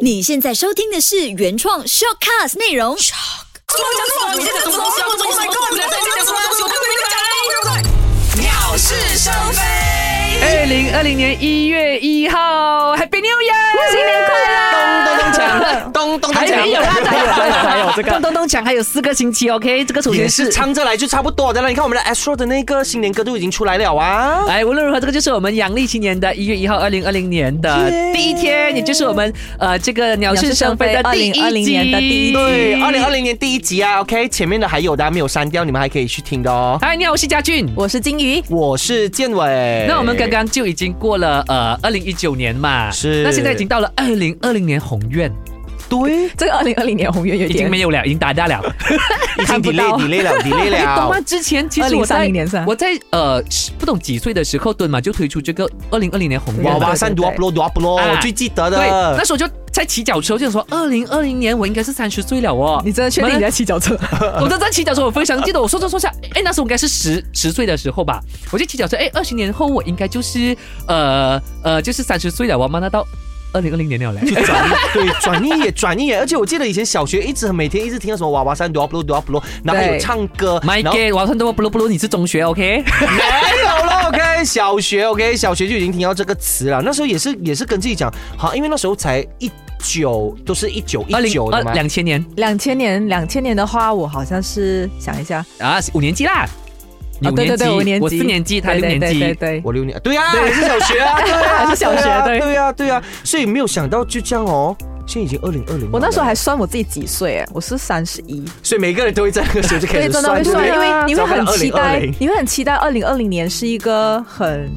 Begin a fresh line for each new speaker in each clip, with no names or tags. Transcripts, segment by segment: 你现在收听的是原创 shortcast 内容。
什么讲什么？你在讲什么东西啊？我 Oh my god！你在讲什么东西？我不明白。鸟是生非。
二零二零年一月一号，Happy New Year！新年
咚
快
咚
乐！
锵，咚咚
还
锵，
没有啦，
还有还有还有这
咚
个。
咚咚锵，还有四个星期，OK，这个首
也
先
是
是。
唱着来就差不多的了。你看我们的 Astro 的那个新年歌都已经出来了啊。
哎，无论如何，这个就是我们阳历新年的一月一号，二零二零年的第一天，也就是我们呃这个鸟是生非的第一集。
2020年的第一集
对，二零二零年第一集啊，OK，前面的还有的、啊、没有删掉，你们还可以去听的哦。
嗨，你好，我是嘉俊。
我是金鱼，
我是建伟。
那我们刚刚就已经过了呃二零一九年嘛，
是
那现在已经到了二零二零年红愿，
对，
这个二零二零年红月有
已经
点
没有了，已经达到了。
已经
看不
delay
到
delay 了 delay
哎
啊
你懂吗
了？。
之前其实我在
2030年是吧
我在呃是不懂几岁的时候，蹲马就推出这个二零二零年红
娃
愿
娃
嘛。
山多不罗多不罗，
啊
我最记得
对，那
的。
时候就在骑脚车，我就想说二零二零年我应该是三十岁了哦。
你真的确定你在骑脚车？
我在在骑脚车，我非常记得，我说着说下，哎，那时候应该是十十岁的时候吧，我就骑脚车，哎，二十年后我应该就是呃呃就是三十岁了哦，妈，那到二零二零年 了嘞。
就转对转一眼转一眼，而且我记得以前小学一直每天一直听到什么娃娃山多不罗多不罗，然后还有
对
唱歌，
My
然后
gay，我很多不噜不噜，你是中学 OK？
没有了，OK，小学 OK，小学就已经听到这个词了。那时候也是也是跟自己讲，好，因为那时候才一九，都是一九一九的嘛。
两千年
两千年，两千年的话，我好像是想一下，
啊，五年级啦，你
啊
五
对
年
对
级，
对，五
我四年级，他六年级
对对，对对
我六年，对呀、啊，也是小学啊，对啊，
还是小学
对啊
对
对呀、啊，对呀、啊，所以没有想到就这样哦。现在已经二零二零，
我那时候还算我自己几岁，哎，我是三十一，
所以每个人都会在那个时候就开
对，
始
真的会
对不
算，
对
因
啊
为你会
早看
很
到
期
2020
待，你会很期待二零二零年是一个很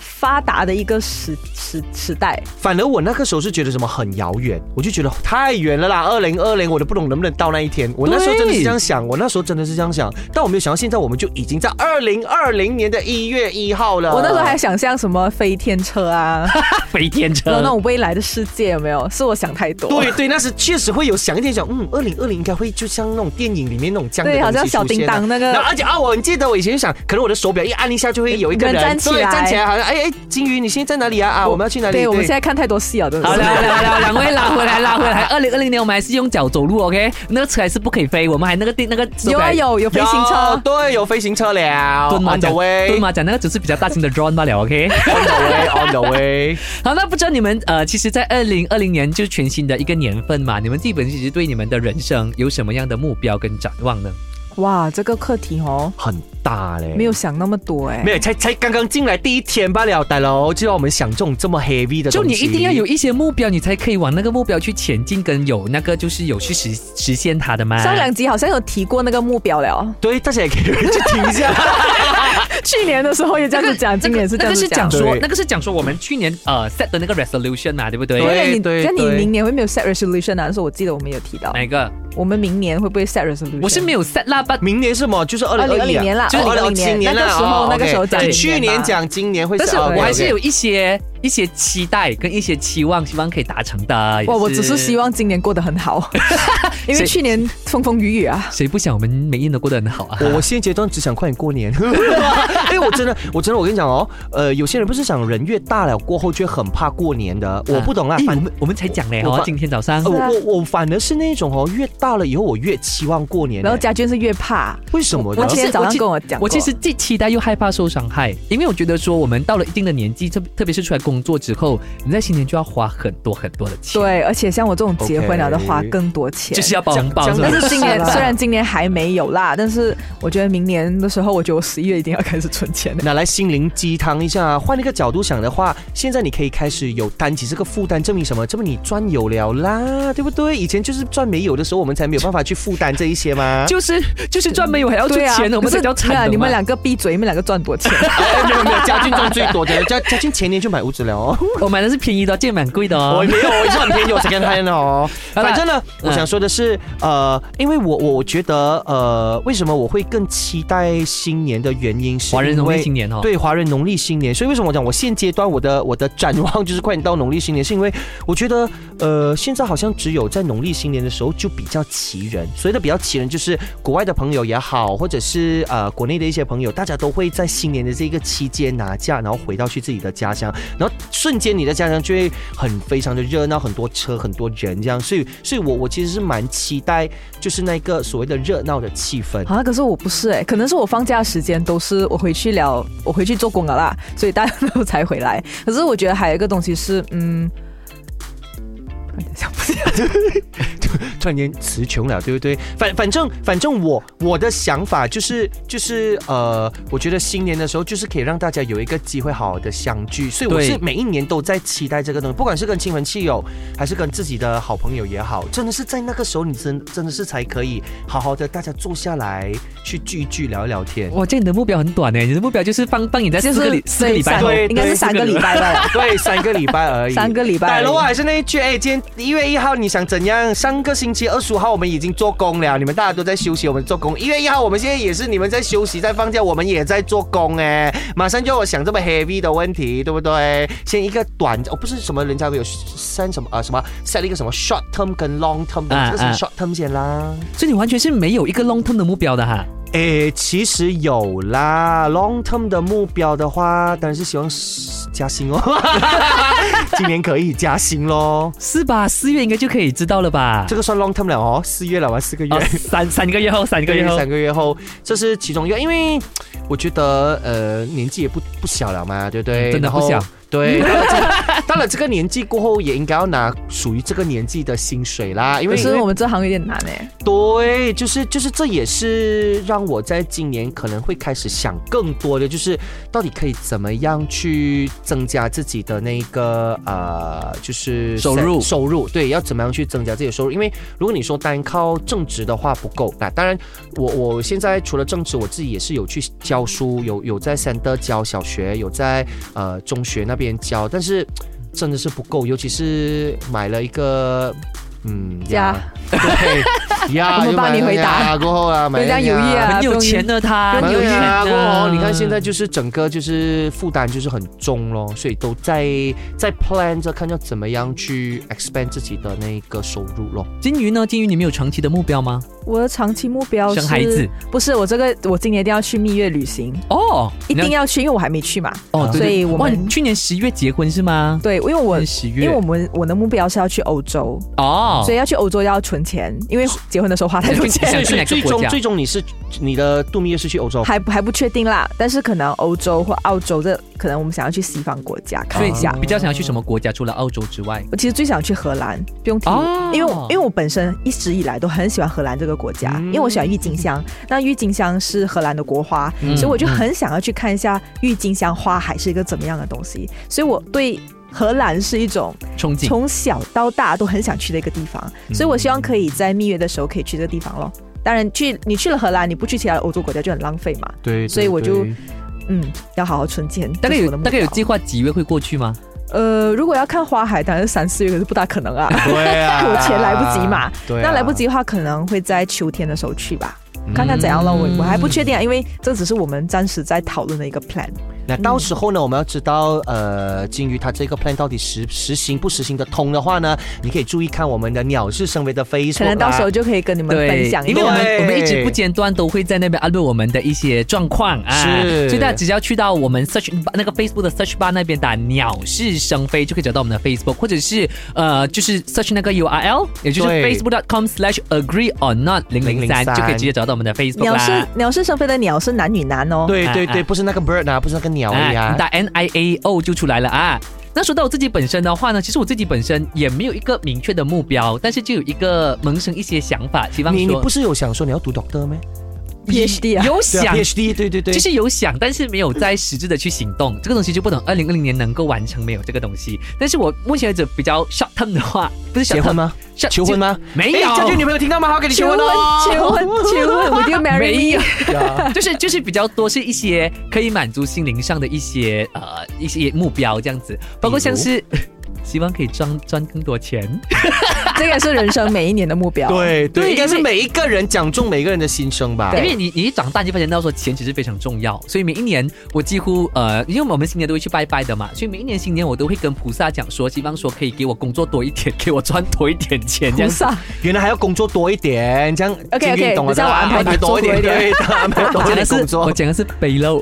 发达的一个时时时代，
反而我那个时候是觉得什么很遥远，我就觉得太远了啦，二零二零我都不懂能不能到那一天。我那时候真的是这样想，我那时候真的是这样想，但我没有想到现在我们就已经在二零二零年的一月一号
呃
了。
我那时候还想象什么飞天 车啊，
飞天
然后那
车。
种未来的世界有没有？是我想太多，
对对，那时确实会有想一点想，嗯，二零二零应该会就像那种电影里面那种这样的
对好
东
像
西
小
出现
叮
啊
当那个
然后而且啊，我很记得我以前就想，可能我的手表一按一下就会有一个人
人站起
对
来
站起来好像哎哎，金鱼你现在在哪里啊？啊，我们要去哪里？
对，我们现在看太多戏了，对不
好
对
了？好了好了，两位拉回来拉回来。二零二零年我们还是用脚走路，OK？那个车还是不可以飞，我们还那个地那个手
有啊
表
有有飞行
有
车，
哦对，有飞行车了
蹲马
哦，on the
讲，
way，on
蹲马讲那个只是比较大型的 drone 罢了，OK？
the way，on the way。
好，那不知道你们呃，其实，在二零二零年就是全新的一个年份嘛，你们自己本身其实对你们的人生有什么样的目标跟展望呢？
哇，这个课题哦，
很大嘞，
没有想那么多哎、
没有，才才刚刚进来第一天罢了，大佬就要我们想这种这么 heavy 的
就
东
你
西，
一定要有一些目标，你才可以往那个目标去前进，跟有那个就是有去实实现它的嘛。
上两集好像有提过那个目标了，
对，大家也可以去听一下，
去年的时候也这样子讲，今年也是
那
这样
个
子
是
讲
讲。说
对，
那个是讲说我们去年呃 set 的那个 resolution 嘛，对不对？
对
那你
对
那你
对
明年会没有 set resolution 啊？那时候我记得我们有提到
哪，一个？
我们明年会不会 set resolution？
我是没有 set 啦，但
明年是什么？就是二零
2020年啦
就是
2020年
年啦
那个时候
哦
那个时候
OK
讲
就
明
去
年
年
嘛
讲，今年会
但是
哦
我还是
OK，OK
有一些一些期待跟一些期望，希望可以达成的。也
哇，我只是希望今年过得很 好，因为去年风风雨雨啊。
谁不想我们每一年都过得很好啊？
我我现阶段只想快点过年，哎，我真的，我真的，我跟你讲哦，呃，有些人不是讲人越大了过后就很怕过年的，我不懂啦，
哎
反
我们我们才讲嘞
我
哦，
反
今天早上
呃。
是啊
我我我反而是那种哦，越大了以后我越期望过年，
然后家娟是越怕，
为什么呢？
我今天早
我
上
其
跟我讲过，
我其实既期待又害怕受伤害，因为我觉得说我们到了一定的年纪，特特别是出来工作之后，你在新年就要花很多很多的钱，，
对，而且像我这种结婚了的
OK
花更多钱，
就是要包红包
讲
是吧
但？是 今年
是啦
虽然今年还没有啦，但是我觉得明年的时候，我觉得我十一月一定要开始存钱了。
拿来心灵鸡汤一下。换一个角度想的话，现在你可以开始有担起这个负担，证明什么？证明你赚有了啦，对不对？以前就是赚没有的时候，我们才没有办法去负担这一些嘛。
就是就是赚没有还要出
对啊，
钱的，我们才叫
可是没
惨
有
的
你们
嘛
两个闭嘴，你们两个赚多钱？
哎没有没有，家俊赚最多的，家家俊前年就买屋子了哦。
我买的是便宜的，这蛮贵的
我
哦
也。没有，我也是很便宜，我才跟他呢哦。
好啦
反正呢，我想说的是，呃，因为我我我觉得，呃，为什么我会更期待新年的原因是
华人
因
农
为
历新年哦，
对华人农历新年，所以为什么我讲我现阶段我的我的展望就是快点到农历新年，是因为我觉得呃现在好像只有在农历新年的时候就比较奇人。所谓的比较奇人，就是国外的朋友也好，或者是呃国内的一些朋友，大家都会在新年的这个期间拿假，然后回到去自己的家乡，然后瞬间你的家乡就会很非常的热闹，很多车，很多人这样。所以，所以我我其实是蛮期待，就是那个所谓的热闹的气氛。
啊，可是我不是哎、可能是我放假时间都是我回去了，我回去做工了啦，所以大家都才回来。可是我觉得还有一个东西是，嗯，哎等一下不是
突然间词穷了，对不对？反反正反正我我的想法就是就是呃，我觉得新年的时候就是可以让大家有一个机会好好的相聚，所以我
对
是每一年都在期待这个东西，不管是跟亲朋戚友，还是跟自己的好朋友也好，真的是在那个时候，你真真的是才可以好好的大家坐下来去聚一聚聊一聊天。
哇，这样你的目标很短呢，欸你的目标就是放放你在
就
哎四个
是
礼四个礼拜
三
后
对
应该是三个礼拜 吧，
对，三个礼拜而已。
三个礼拜
摆
而已。
了我
啊
还是那一句，哎，今天一月一号你想怎样？上个星期二十五号我们已经做工了，你们大家都在休息，我们做工。一月一号我们现在也是你们在休息，在放假，我们也在做工哎。马上就要我想这么 heavy 的问题，对不对？先一个短，哦，不是什么人家有三什么啊、呃什么 set 一个什么 short term 跟 long term 的，
啊
这个是
啊
short term 先啦。
所以你完全是没有一个 long term 的目标的哈。
诶，其实有啦，long term 的目标的话，当然是希望加薪 哦，今年可以加薪喽。
是吧？四月应该就可以知道了 吧？
这个算 long term 了哦，四月了吧，四个月。
哦，三三个月后，三个月后
三个月后，这是其中一个，因为我觉得呃年纪也不不小了嘛，对不对？
嗯真的不小
然后。 对，到了这个到了这个年纪过后，也应该要拿属于这个年纪的薪水啦，因
可
为
是我们这行有点难哎、
对，就是就是，这也是让我在今年可能会开始想更多的，就是到底可以怎么样去增加自己的那个呃，就是
收入
收入对，要怎么样去增加自己的收入？因为如果你说单靠正职的话不够，那当然我我现在除了正职，我自己也是有去教书，有有在三德教小学，有在呃中学那边教，但是真的是不够，尤其是买了一个。嗯，
家
呀 对呀，
我们帮你回答
就买了呀过后 啊，买了呀
人家犹豫啊，
很有钱的他，
买
很有
了
钱啊
呀，
的。
过后你看现在就是整个就是负担就是很重咯，所以都在在 plan 着看要怎么样去 expand 自己的那个收入咯。
金鱼呢？金鱼，你们有长期的目标吗？
我的长期目标是
生孩子？
不是我这个，我今年一定要去蜜月旅行，
哦，
一定
要
要去，因为我还没去嘛。
哦，对
所以
对
我
哇，
们
你去年十一月结婚是吗？
对，因为我
去年十
因
月
为我们我的目标是要去欧洲，
哦
所，以要去欧洲要存钱，因为结婚的时候花太多
想
钱，
去哪个
最
国
终
家
最终你是你的度蜜月是去欧
哦
洲，
还还不确定啦。但是可能欧洲或澳洲这，可能我们想要去西方国家看
所以
一下。
比较想要去什么国家？除了澳洲之外，
我其实最想去荷兰，不用提我，
哦
因为我因为我本身一直以来都很喜欢荷兰这个国家，
嗯
因为我喜欢郁金香，那郁金香是荷兰的国花，
嗯
所以我就很想要去看一下郁金香花海是一个怎么样的东西，所以我对。荷兰是一种
憧憬。
从小到大都很想去的一个地方，
嗯
所以我希望可以在蜜月的时候可以去这个地方咯。当然去，你去了荷兰，你不去其他的欧洲国家就很浪费嘛。
对
所以我就嗯，要好好存钱。
大概
这是
有
我的目
大概有
标
计划几月会过去吗？
呃，如果要看花海，当然是三四月，可是不大可能啊。
对啊
我钱来不及嘛，
对啊
那来不及的话，可能会在秋天的时候去吧，看看怎样了。我我还不确定啊，因为这只是我们暂时在讨论的一个 plan。
那到时候呢，我们要知道，呃，金鱼它这个 plan 到底实实行不实行得通的话呢，你可以注意看我们的鸟是身为的 Facebook，啊
可能到时候
啦
就可以跟你们分享一下，
因为我们
对
我们一直不间断都会在那边 update 我们的一些状况啊，
是
所以大家只要去到我们 search 那个 Facebook 的 search bar 那边打“鸟是生非”就可以找到我们的 Facebook，或者是呃就是 search 那个 URL，也就是
对
facebook.com/agree or not 零零三
003
就可以直接找到我们的 Facebook
鸟是
啦。
鸟是生非的鸟是男女男哦。
对对
啊
对，
啊
不是那个 bird 啊，不是那个鸟而已
啊，
啊
你。打 N I A O 就出来了啊。那说到我自己本身的话呢，其实我自己本身也没有一个明确的目标，但是就有一个萌生一些想法，希望说
你你不是有想说你要读 doctor 吗？
PhD 啊
有
对啊
想
，PhD，对对对，
就是有想，但是没有在实质的去行动，这个东西就不能二零二零年能够完成没有这个东西。但是我目前为止比较 short term 的话，不是 short
结婚
term，
吗？
short-
求婚吗？
没有
哎家俊，你没有听到吗？好，给你
求
求
婚
婚哦，
求婚求婚，Would you
没
marry
有
me？，
就是就是比较多是一些可以满足心灵上的一些呃一些目标这样子，包括像是 希望可以赚赚更多钱。
这个是人生每一年的目标。，
对对，
对
应该是
因为
每一个人讲中每一个人的心声吧
因。
对
为你你一长大你就发现到说钱其实非常重要，所以每一年我几乎呃，因为我们新年都会去拜拜的嘛，所以每一年新年我都会跟菩萨讲说，希望说可以给我工作多一点，给我赚多一点钱这
菩
样子。
萨，
原来还要工作多一点，这样
OK，OK，
金运懂了，啊
这样我
大家
安排你做多一点
对， 大家安排多一
我讲
点
的
工
是
作
我。讲的是北 漏，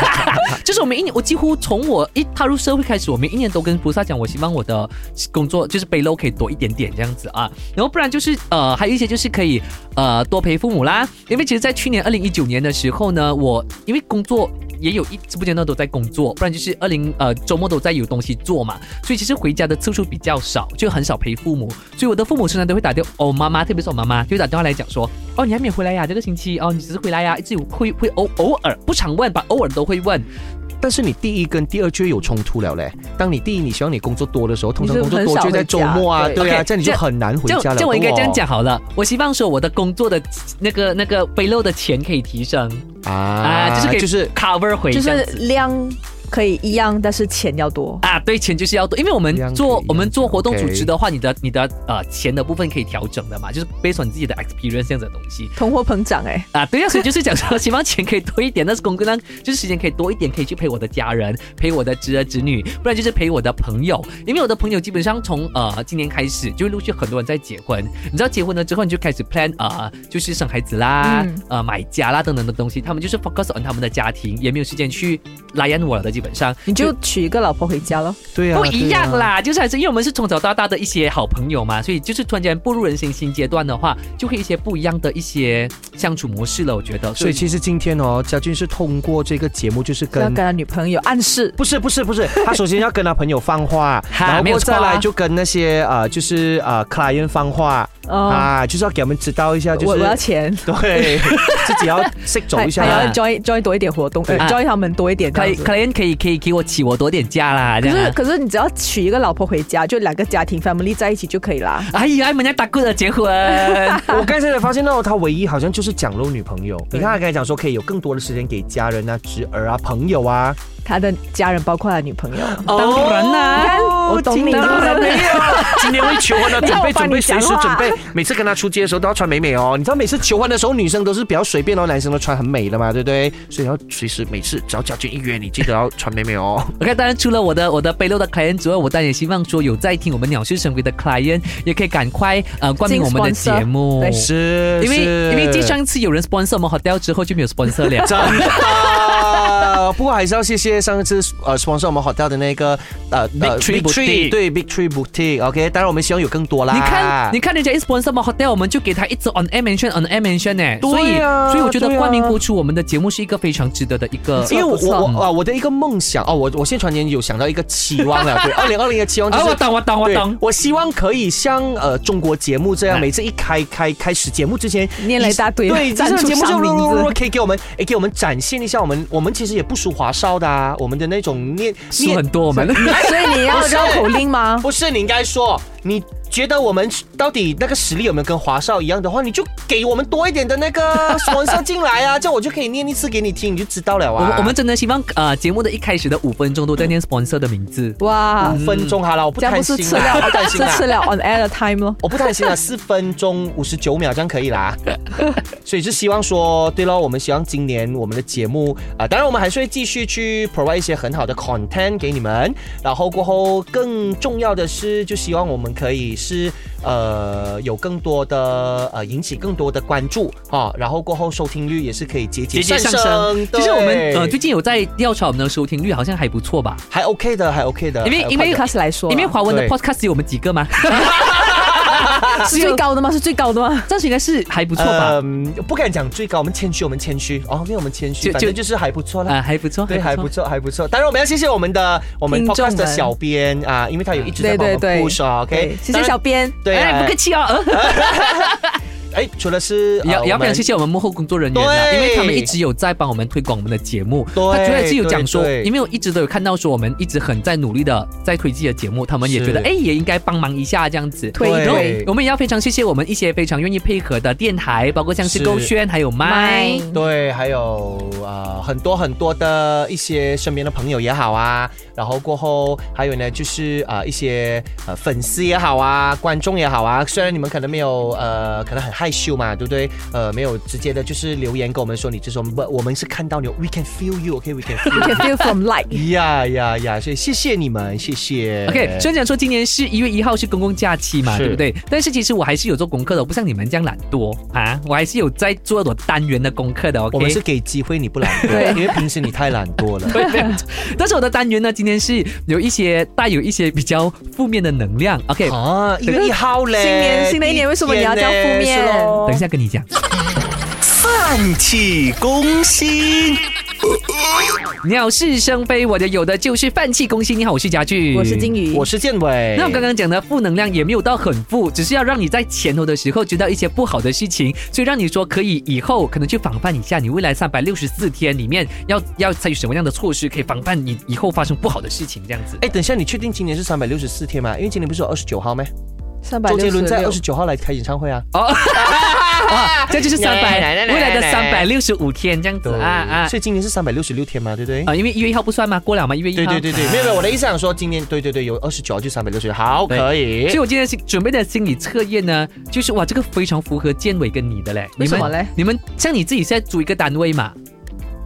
就是我每一年，我几乎从我一踏入社会开始，我每一年都跟菩萨讲，我希望我的工作就是北漏可以多一点点这样子啊，然后不然就是呃，还有一些就是可以呃多陪父母啦，因为其实，在去年二零一九年的时候呢，我因为工作。也有一直不间断都在工作，不然就是二零呃周末都在有东西做嘛，所以其实回家的次数比较少，就很少陪父母，所以我的父母常常都会打电话，哦妈妈，特别是我妈妈，就会打电话来讲说，哦你还没有回来呀，这个星期哦你只是回来呀，一直有会会偶偶尔不常问吧，偶尔都会问，
但是你第一跟第二就会有冲突了嘞。当你第一你希望你工作多的时候，通常
你
工
就
作
很
多
少
就在
回
周
家
末啊，
对
对啊，
，OK，
这样你就很难回
就
家了。
就我应该这样讲
哦
好了，我希望说我的工作的那个那个背漏的钱可以提升
啊
啊，就是可以
就是
cover 回
就
这样
是
子
量可以一样，但是钱要多。
啊，对，钱就是要多，因为我
量
们
可
做
以
我们做活动
OK
组织的话，你的你的呃钱的部分可以调整的嘛，就是 based on 你自己的 experience 这样子的东西
通货膨胀哎、
啊，对啊，所以就是讲说希望钱可以多一点，但是工作量就是时间可以多一点，可以去陪我的家人，陪我的侄儿侄女，不然就是陪我的朋友，因为我的朋友基本上从呃今年开始就陆续很多人在结婚，你知道结婚了之后你就开始 plan 啊、就是生孩子啦，
嗯
呃买家啦等等的东西，他们就是 focus on 他们的家庭，也没有时间去 lion 我了的基本上，
你就娶一个老婆回家咯。
对啊，
不一
对啊
样。啦，就是还是因为我们是从小到大的一些好朋友嘛，所以就是突然间步入人生新阶段的话，就会一些不一样的一些相处模式了。我觉得，
所以其实今天哦，家俊是通过这个节目，就是
要
跟
跟他女朋友暗示，
不是不是不是，他首先要跟他朋友放话，
哈
然后
没有
过
错啊
再来就跟那些呃，就是呃 client 放话
哦
啊，就是要给他们知道一下，啊就
我我要
是
钱，
对自己要识走 一下
哎
还
啦
还要 join join 多一点活动、
对
j o i n 他们多一点这
可以
样子。
可能可以可以给我起我多点假啦，这
可
样
是
啊。
可是你只要娶一个老婆回家，就两个家庭 family 在一起就可以啦。
哎呀，人家打过了结婚，
我刚才才发现到，他唯一好像就是讲漏女朋友。你看他刚才讲说，可以有更多的时间给家人啊、侄儿啊、朋友啊。
他的家人包括他女朋友，
哦
当然啦
你看
哦
我懂你
当然没有。 今年会求婚的，
你
准
看我
备
帮
准
你
备，随时
讲
准
话
备。每次跟他出街的时候都要穿美美哦。你知道每次求婚的时候，女生都是比较随便哦，男生都穿很美的嘛，对不对？所以要随时每次只要家俊一约你，记得要穿美美哦。
OK，当然除了我的我的背篓的 client 之外，我当然也希望说有在听我们鸟事生活的 client 也可以赶快呃冠名我们的
进 sponsor
节目，
对
是
因为因为继上次有人 sponsor 我们 hotel 之后就没有 sponsor 了。
真的。不过还是要谢谢上次呃 sponsor 我们 hotel 的那个呃
Big
呃
Tree
Big
Boutique
对 Big Tree Boutique OK，当然我们希望有更多啦。
你看，你看人家一 sponsor 嘛 hotel，我们就给他一直 on air mention on air mention 呢、所以
对啊
所以我觉得
对啊
冠名播出我们的节目是一个非常值得的一个。
因为我
不错
我
嗯
我啊，我的一个梦想哦，我我现在传言有想到一个期望了， 对，二零二零的期望就
啊，我
是。
懂我懂我
对
懂，。
我希望可以像呃中国节目这样，
哎
每次一开开开始节目之前，
念了一大堆
对，这
赞
个
助
节目就
商名字
可以给我们，哎，给我们展现一下我们我们其实也不输华少的啊，我们的那种念
输
念
很多我们。
所以你要
不是
绕口 令吗？
不是，你应该说，你觉得我们到底那个实力有没有跟华少一样的话，你就给我们多一点的那个 文色进来啊，这样我就可以念一次给你听，你就知道了
我
啊
们。我们真的希望呃节目的一开始的五分钟都在
嗯
念 sponsor 的名字。
哇，
五分钟好了，我不
嗯这样
贪
不是吃
心啦，
了
嗯我不 贪心啊
是吃
啦。
了 on air 的 time 咯。
我不贪心了，四分钟五十九秒这样可以 啦。所以是希望说，对喽，我们希望今年我们的节目啊、当然我们还是会继续去 provide 一些很好的 content 给你们。然后过后更重要的是，就希望我们可以是呃有更多的呃引起更多的关注啊、然后过后收听率也是可以节节上升。
其实我们呃最
对
近有在调查我们的收听率，好像还不错吧？
还哎 OK 的，还 OK 的，
因为
还 OK 的
因为
podcast 来说啦，啊
因为华文
对
的 podcast 只有我们几个吗？
是最高的吗？是最高的吗？
暂时应该是还不错吧？
嗯，不敢讲最高，我们谦虚，我们谦虚哦，因为我们谦虚，
就
反正
就
就是还不错啦。
啊，还不错，
呃对，还不
错。
错，还不错。当然，我们要谢谢我们的我们
听众
podcast 的
们
小编啊，因为他有一直在
对
帮我
对
们
对
push 啊，OK
对。谢谢
当然
小。编。
对，啊
哎，不客气哦。呃
哎，除了 是
也也要非常谢
谢。
谢我们幕后工作人员啦，
对
因为他们一直有在帮我们推广我们的节目。
对
他主要是有讲说，
对对
因为我一直都有看到说我们一直很在努力的在推自己的节目，他们也觉得
是
哎也应该帮忙一下这样子。
推
对
一
然后
推
我们也要非常谢谢我们一些非常愿意配合的电台，包括像是
是
勾轩还有麦。
对，还有啊、呃很多很多的一些身边的朋友也好啊，然后过后还有呢，就是啊、呃一些呃粉丝也好啊，观众也好啊，虽然你们可能没有呃，可能很害羞嘛，对不对？呃，没有直接的就是留言跟我们说你这种不，我们是看到你，we can feel you，OK，we、can feel
You can feel from like。
you。呀呀呀！所以谢谢你们，谢谢。
OK，虽然讲说今年是一月一号是公共假期嘛，
是
对不对？但是其实我还是有做功课的，我不像你们这样懒惰啊，我还是有在做我单元的功课的。OK，
我们是给机会你不懒
对
惰，因为平时你太懒惰了。
对没有错 但是我的单元呢，今天是有一些带有一些比较负面的能量。OK，、
啊，一月一号嘞，
新年新的一年为什么你要这样负面
第一天呢是咯
等一下跟你讲。
泛起攻心。
鸟是生非，我的有的就是泛气攻心。你好，我是家具，
我是金。鱼，
嗯我是建伟。
那我刚刚讲的负能量也没有到很负，只是要让你在前头的时候知道一些不好的事情，所以让你说可以以后可能去防范一下，你未来三百六十四天里面要要采取什么样的措施，可以防范你以后发生不好的事情这样子。
哎，等一下，你确定今年是三百六十四天吗？因为今年不是有二十九号吗？
三百
周
六
杰
十
伦在
六
二十。九号来开演唱会啊。
哦，哇，这就是三百
来来来来
未来的三百六十五天这样子
对
啊啊
所以今年是三百六十六天嘛，对不对？
啊！因为一月一号不算吗？过了嘛，一月一号。
对对对
啊
对，没有没有，我的意思想说，今年对对对，有二十九号就三百六十，好，
对
可以
所以。我今天心准备的心理测验呢，就是哇，这个非常符合建伟跟你的嘞。
为
你们
什么嘞？
你们像你自己现在租一个单位嘛，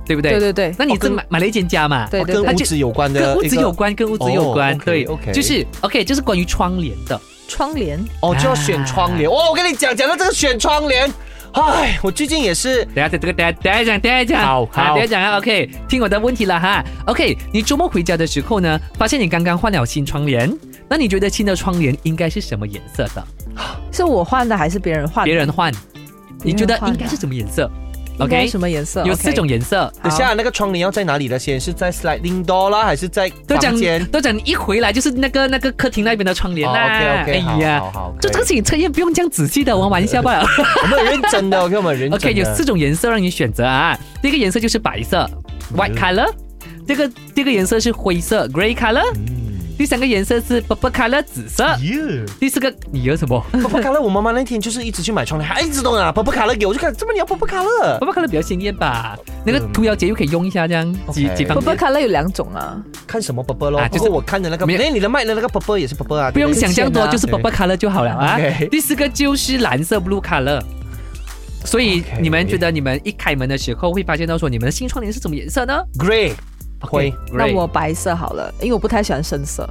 对不对？
对对对，
那你是
跟
买买了一间家嘛？
对对
哦跟
对啊
那
屋
就
子有关的一
跟
个，
屋子有关，跟屋子有关，
哦，OK，
对
OK
就是 OK，就是关于窗帘的。
窗帘
哦，就要选窗
啊
帘。哇，我跟你讲，讲到这个选窗帘，唉，我最近也是
等一下，这个等一下等一下讲，等一下讲，
好
啊
好
等一下讲啊，OK，听我的问题了哈，OK，你周末回家的时候呢，发现你刚刚换了新窗帘，那你觉得新的窗帘应该是什么颜色的？
是我换的还是别人换的？
别人换，你觉得
换
应
的
该是什么颜色
应该
？OK，
什么颜色？
有
OK
四种。颜色。
等下那个窗帘要在哪里的？先是在 sliding door 啦，还是在
都讲
房间？
都讲，你一回来就是那个那个客厅那边的窗帘啦。
OK OK，好哦好好，
哎就这
可
个
以
心理测验不用这样仔细的玩玩一下吧。
我们很认真的，OK，我们很认真
OK，
的。
有四种颜色让你选择啊。第一个颜色就是白色
嗯
（white color），这个第二个颜色是灰色 （grey color），
嗯
第三个颜色是 purple color 紫色，
耶
第四个你有 什么
波波卡乐，我妈妈那天就是一直去买窗帘，还一直都拿波波卡乐给我，我就看怎么你要波波卡乐？
？purple color 比较鲜艳吧？那个涂鸦节又可以用一下，这样几
嗯 OK
几方
p u r p l
面。
color 有两种啊，
看什么波波咯？
啊
不
就是
过我看的那个，
没有
哎，你的卖的那个波波也是波波啊，
不用想象多，
对
就是
对
purple color 就好了啊
OK。
第四个就是蓝色 blue color。所以
OK
你们觉得你们一开门的时候会发现到说你们的新窗帘是什么颜色呢？
grey 灰。
那
Grey
我白色好了，因为我不太喜欢深色。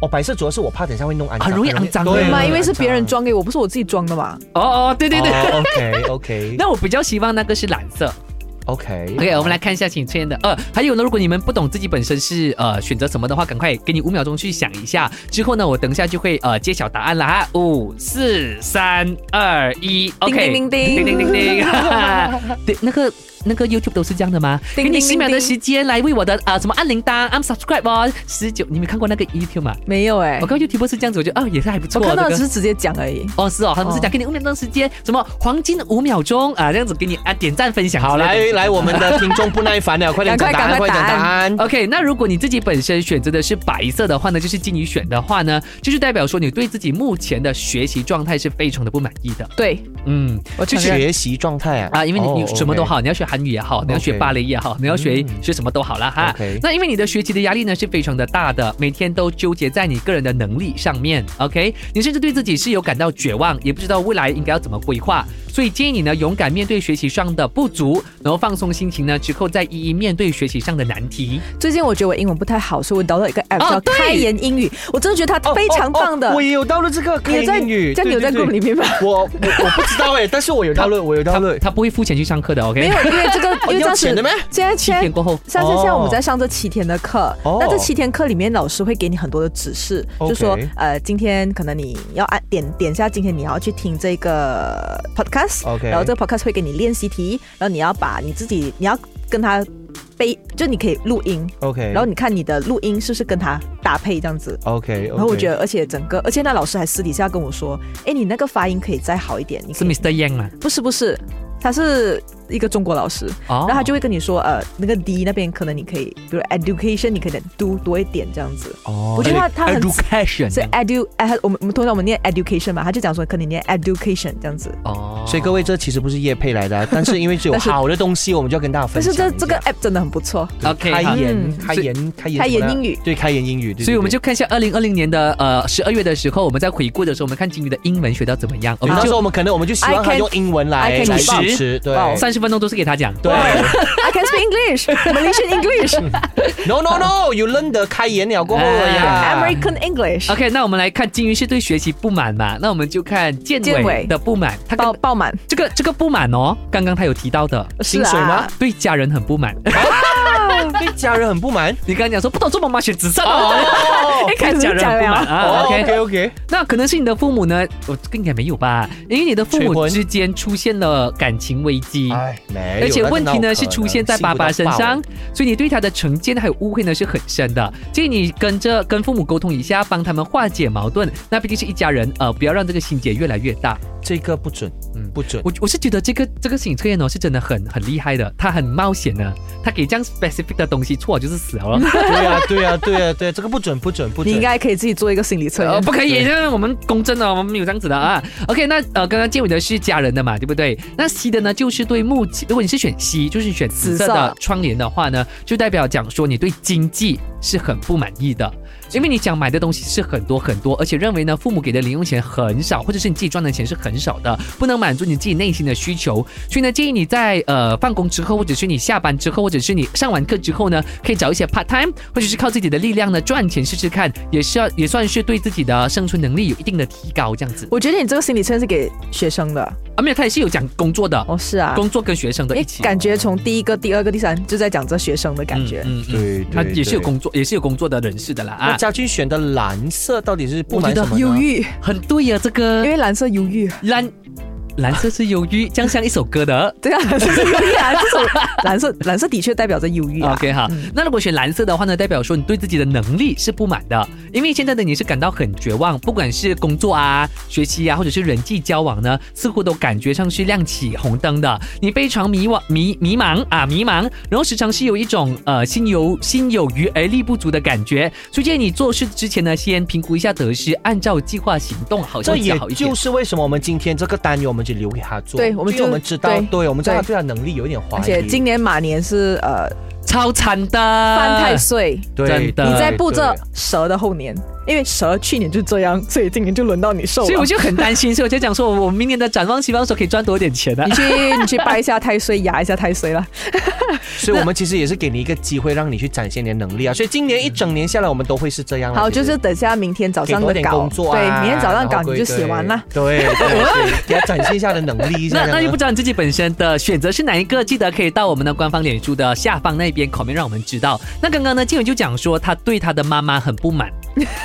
哦，白色主要是我怕等一下会弄肮脏，
很容易肮脏的
对
对
嘛，
很啊
因为是
肮脏
别人装给我，不是我自己装的嘛。
哦哦，对对对。
哦 OK OK
那我比较希望那个是蓝色。
OK
OK，我们来看一下请测验的。呃，还有呢，如果你们不懂自己本身是呃选择什么的话，赶快给你五秒钟去想一下。之后呢，我等一下就会呃揭晓答案了哈。五、四、三、二、一，OK。
叮叮叮
叮叮叮 叮。哈哈对，那个那个 YouTube 都是这样的吗？
叮
给你
叮
十秒的
叮
时间来为我的呃什么按铃铛、按 subscribe 哦。十九，你们看过那个 E YouTube 吗？
没有哎
我，看 YouTube 是这样子，我觉得哦也是还不
我
错。
看到
这
只
个
是直接讲而已。
哦，是哦，他们是讲给你五秒钟时间，什么黄金五秒钟啊，这样子给你啊点赞分享之类
好，来
的。
来，我们 的听众不耐烦了，快点讲答案，快
赶快哦
点
赶快
讲答案。
OK，那如果你自己本身选择的是白色的话呢，就是金鱼选的话呢，就是代表说你对自己目前的学习状态是非常的不满意的。
对，
嗯，
我
就
承认。
学习状态啊
啊，因为你
哦
你什么都
OK
好，你要学韩语也好，你要学
OK
芭蕾也好，你要学
嗯
学什么都好啦哈
OK。
那因为你的学习的压力呢是非常的大的，每天都纠结在你个人的能力上面。OK，你甚至对自己是有感到绝望，也不知道未来应该要怎么规划。所以建议你呢勇敢面对学习上的不足，然后放松心情呢，之后再一一面对学习上的难题。
最近我觉得我英文不太好，所以我导了一个 app
哦
叫
对
开言英语，我真的觉得它
哦
非常棒
哦
的
哦我。也有到了这个
你
开
也在
英语，
这样你有在
对
group 里。面吗？
对对我我我不知道哎，但是我有到了，我有到
他
了。
他不会付钱去上课的，OK？
没有，因为这个，因为
要
当
钱
时
的咩？
现在
七
现
点
在
过后，
像
哦
现在我们在上这七天的课，
哦
那这七天课里面，老师会给你很多的指示，
OK
就说呃，今天可能你要按点点下，今天你要去听这个呃 podcast，、
OK
然后这个 podcast 会给你练习题，然后你要把你自己，你要跟他背，就你可以录音，
OK，
然后你看你的录音是不是跟他搭配这样子。
OK，
然后我觉
得
得，而且整个，而且那老师还私底下跟我说，哎，你那个发音可以再好一点，你可
是啊
以
Mr. Yang 嘛？
不是不是，他是一个中国老师，
哦
然后他就会跟你说，呃，那个 D 那边可能你可以，比如 education 你可能 do 多一点这样子。
哦
我觉得他他很
education
所以 edu，哎，我们我们通常我们念 education 嘛，他就讲说可能念 education 这样子。
哦，
所以各位，这其实不是叶配来 的啊，但是因为是有
但是
好的东西，我们就要跟大家分
但
享一
是
下。
这这个 app 真的很不错，
OK
开
好。
言
嗯
开言开言
开言
什么呢
英语
对开言英语，对
所以我们
对
就看一下二零二零年的呃十二月的时候，我们在回顾的时候，我们看金鱼的英文学到怎么样。我
对
们
到时候
就
我们可能我们就希望
I
他
can-
用英文来
I can
来
主持
保持对
哇
三十分钟都是给他讲。
对
，I can speak English，Malaysian English，American
，no no no，you learn 的开言了过后了呀。
哎
English，
OK，那我们来看金鱼是对学习不满嘛？那我们就看建
建
伟
伟
的不满，他
爆
跟
爆满，
这个这个不满哦，刚刚他有提到的，
是
薪水吗
啊，
对家人很不满。
对家人很不满。
你刚刚讲说不懂做妈妈选纸上哦，
哦
一看家人很不满啊。OK，
OK OK，
那可能是你的父母呢，我应该没有吧？因为你的父
催
母
婚
之间出现了感情危机。
哎，没有
而且问题
那
呢
哪有
是
可能
出现在爸爸身上，所以你对他的成见还有误会呢是很深的。建议你跟着跟父母沟通一下，帮他们化解矛盾。那毕竟是一家人，呃，不要让这个心结越来越大。
这个不准，嗯，不 准。
我我是觉得这个这个心理测验哦是真的很很厉害的，他很冒险的，他给这样 specific 的东西错就是死了咯。
对呀对呀对呀对啊，这个不准不准不
你应
准。
该可以自己做一个心理测
呃，
验
不。可以，
对
因为我们公正的，哦我们没有这样子的啊。OK，那呃，刚刚建伟的是家人的嘛，对不对？那 C 的呢，就是对目前，如果你是选 C，就是选紫色
紫
的
色
窗帘的话呢，就代表讲说你对经济是很不满意的，因为你想买的东西是很多很多，而且认为呢，父母给的零用钱很少，或者是你自己赚的钱是很少的，不能满足你自己内心的需求。所以呢，建议你在呃放工之后，或者是你下班之后，或者是你上完课之后呢，可以找一些 part time，或者是靠自己的力量呢赚钱试试看，也是要也算是对自己的生存能力有一定的提高这样子。
我觉得你这个心理测验是给学生的，
啊，没有，他也是有讲工作的，
哦，是啊，
工作跟学生的
因
一
为
起。
感觉从第一个、第二个、第三就在讲这学生的感觉。
嗯嗯嗯
对，
他也是有
对。
工作，也是有工作的人士的啦
那
啊，
家军选的蓝色到底是不满
我觉得
什么呢？
忧郁，
很对呀、这
因
个
为蓝色忧郁，
蓝蓝色是忧郁，这样像一首歌的。
对啊， 蓝色是忧郁 啊，这种蓝色蓝色的确代表着忧郁啊。
OK 哈，那如果选蓝色的话呢，代表说你对自己的能力是不满的，因为现在的你是感到很绝望，不管是工作啊、学习啊，或者是人际交往呢，似乎都感觉上是亮起红灯的，你非常迷惘、迷迷茫啊、迷茫，然后时常是有一种呃心有心有余而力不足的感觉，所以建议你做事之前呢，先评估一下得失，按照计划行动，好
这
像比较
也
好一点
就。是为什么我们今天这个单元我们就留给他做，
对我们
因为
就
我们知道，
对
对我们知道他
对
对他能力有一点怀疑，
而且今年马年是呃
超惨的，
犯太岁，
对
真的
你在
啊对
步这
对
蛇的后年，因为蛇去年就这样，所以今年就轮到你受
所以我
了。
就很担心，所以我就讲说，我我明年的展望希望说可以赚多一点钱啊的、
你去你去拜一下太岁，压一下太 岁啦。
所以我们其实也是给你一个机会，让你去展现你的能力啊。所以今年一整年下来，我们都会是这样啦。
好，
其
就
实
是等下明天早
给
上
多
的
点
稿
工，作啊，
对，明天早上
然后
稿你
对
就写完啦。。
对， 对对给他展现一下的能力。
那那就不
不
知道你自己本身的选择是哪一个，记得可以到我们的官方脸书的下方那边 comment 让我们知道。那刚刚呢，静伟就讲说他对他的妈妈很不 满，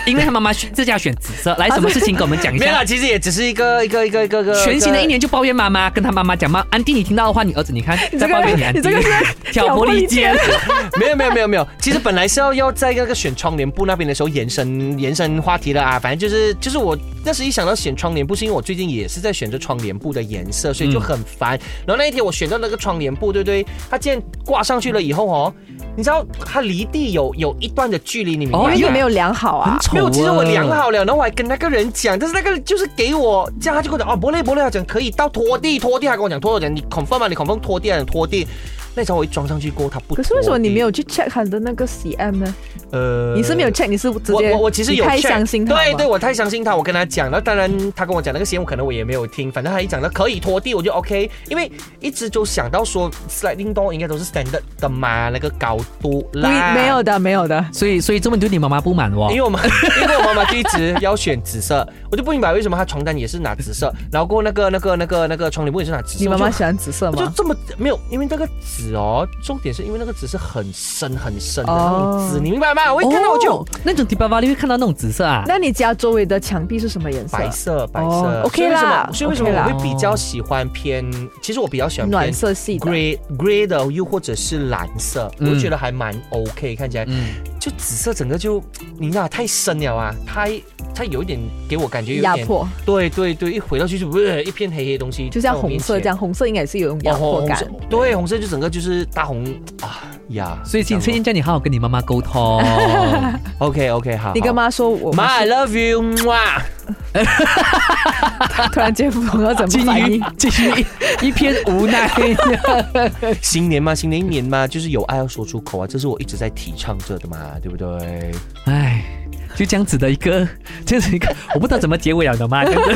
因为他妈妈选自家选紫色，来什么事情跟我们讲 一
没有
下
啦，。啊其实也只是一个一个一个一个一个
全新的一年就抱怨妈妈，跟他妈妈讲妈，安迪，你听到的话，你儿子你看
你
在
这个
抱怨你安迪
你这个是，
挑拨离间。
没有没有没有没有，其实本来是要要在那个选窗帘布那边的时候延伸延伸话题的啊，反正就是就是我那时一想到选窗帘布，是因为我最近也是在选择窗帘布的颜色，所以就很烦。然后那一天我选到那个窗帘布，对不对？它竟然挂上去了以后哦，你知道它离地有有一段的距离，你明白
哦
吗？
因为
因
你
为
没有量好啊
很，丑
没有，其实我
啊
量好了，然后我还跟那个人讲，但是那个人就是给我这样，他就跟我讲哦，不累不累，他讲可以到拖地拖地，他跟我讲拖地，我讲你 confirm 啊，你 confirm 拖地啊，你拖地。那时候我一装上去过后，他不。
可是为什么你没？有去 check 他的那个 CM 呢？
呃，
你是没有 check，你是直
我
接
我我其实有
你太
check，
相信他
对
吗
对，我太相信他，我跟他讲，然后当然他跟我讲那个鞋，我可能我也没有听，反正他一讲到可以拖地，我就 OK，因为一直就想到说 sliding door 应该都是 standard 的嘛，那个高度
不
啦，
没有。的，没有的。
所以所以这么对你妈妈不满哦
因。为我妈， 因为我妈妈就一直要选紫色，我就不明白为什么她床单也是拿紫色，然后过后那个那个那个那个窗帘布也是拿紫色。
你妈
我
妈
就
喜欢紫色
我就
吗？
这么没有，因为那个紫哦，重点是因为那个紫是很深很深的那种紫，
哦
你明白吗？我一看到我就、
哦那种迪巴巴你会看到那种紫色啊。
那你家周围的墙壁是什么颜色？
白色，白色、
哦
所以
，OK
为什么
啦
所以为什么
OK
我
啦
会比较喜欢偏？其实我比较喜欢偏
暖色系的。
grey grey 的，又或者是蓝色，我
嗯
觉得还蛮 OK，看起来。
嗯，
就紫色整个就，你知道太深了啊，太它有一点给我感觉有
压
点，
迫，
对对对，一回到去就不是一片黑黑的东西，
就像红色这
样。
样，红色应该也是有种压
哦，
迫
红
感
色。对，红色就整个就是大红啊呀，
所以请崔燕叫你好好跟你妈妈沟 通。
OK OK 好，
你跟妈说我
妈，I love you，哇，
突然间不懂要怎
金
么 反
鱼
应，，
金鱼一片无奈。
新年嘛，新的一年嘛，就是有爱要说出口啊，这是我一直在提倡着的嘛，对不对？
唉，就这样子的一个，这样子一个，我不知道怎么结尾了的嘛。这样子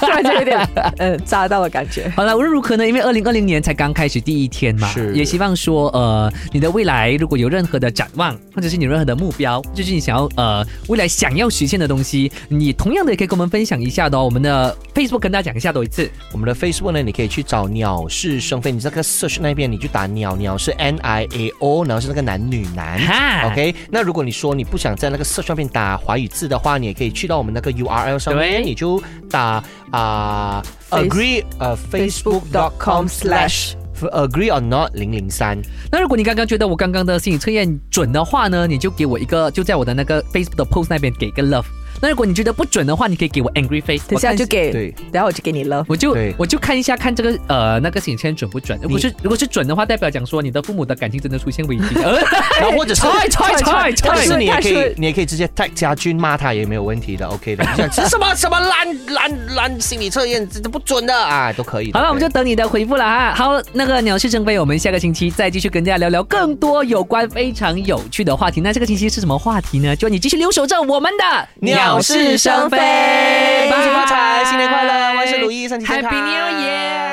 突然间有点呃扎到的感觉。
好了，无论如何呢，因为二零二零年才刚开始第一天嘛，
是
也希望说，呃，你的未来如果有任何的展望，或者是你有任何的目标，就是你想要呃未来想要实现的东西，你同样的也可以跟我们分享一下的、哦。我们的 Facebook 跟大家讲一下多一 次，
我们的 Facebook 呢，你可以去找鸟是生非，你这个 search 那边你就打鸟鸟是 N I A O，然后是那个男女男。
哎哈
OK，那如果你说你不想在那个 search 上面打华语字的话，你也可以去到我们那个 URL 上面，
对
你就打啊、
Face-
agree 呃 facebook.com/slash agree or not 零零三。
那如果你刚刚觉得我刚刚的心理测验准的话呢，你就给我一个，就在我的那个 Facebook 的 post 那边给一个 love。那如果你觉得不准的话，你可以给我 angry face，
等一下
我看
就给，
对
等一下我就给你 love。
我就
对
我就看一下看这个呃那个行签准不准。如果是如果是准的话，代表讲说你的父母的感情真的出现 危机。呃
然后或者是，
踹踹踹
或者
踹！
是你也可
太
以
顺，
你也可以直接 tag 家军骂他也没有问题的，OK 的。你想什么什么烂烂烂心理测验，这这不准的啊，都可以的。
好了，我们就
对
等你的回复了哈。好，那个鸟是争飞，我们下个星期再继续跟大家聊聊更多有关非常有趣的话题。那这个星期是什么话题呢？就你继续留守着我们的
鸟事生非，恭喜发财，新年快乐，万事如意，身体健康。
，Happy New Year！